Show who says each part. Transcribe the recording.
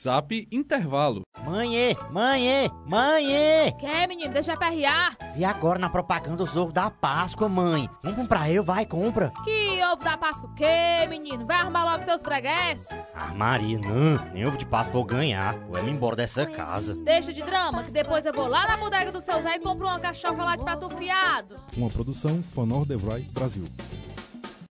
Speaker 1: Zap intervalo.
Speaker 2: Mãe, mãe, mãe!
Speaker 3: Quer, menino? Deixa perrear.
Speaker 2: Vi agora na propaganda os ovos da Páscoa, mãe. Vamos comprar eu, vai, compra.
Speaker 3: Que ovo da Páscoa o quê, menino? Vai arrumar logo teus breguês.
Speaker 2: Ah, Maria, não. Nem ovo de Páscoa vou ganhar. Vou me embora dessa casa.
Speaker 3: Deixa de drama, que depois eu vou lá na bodega do seu Zé e compro uma caixa de chocolate pra tu fiado.
Speaker 4: Uma produção Fanor Devry Brasil.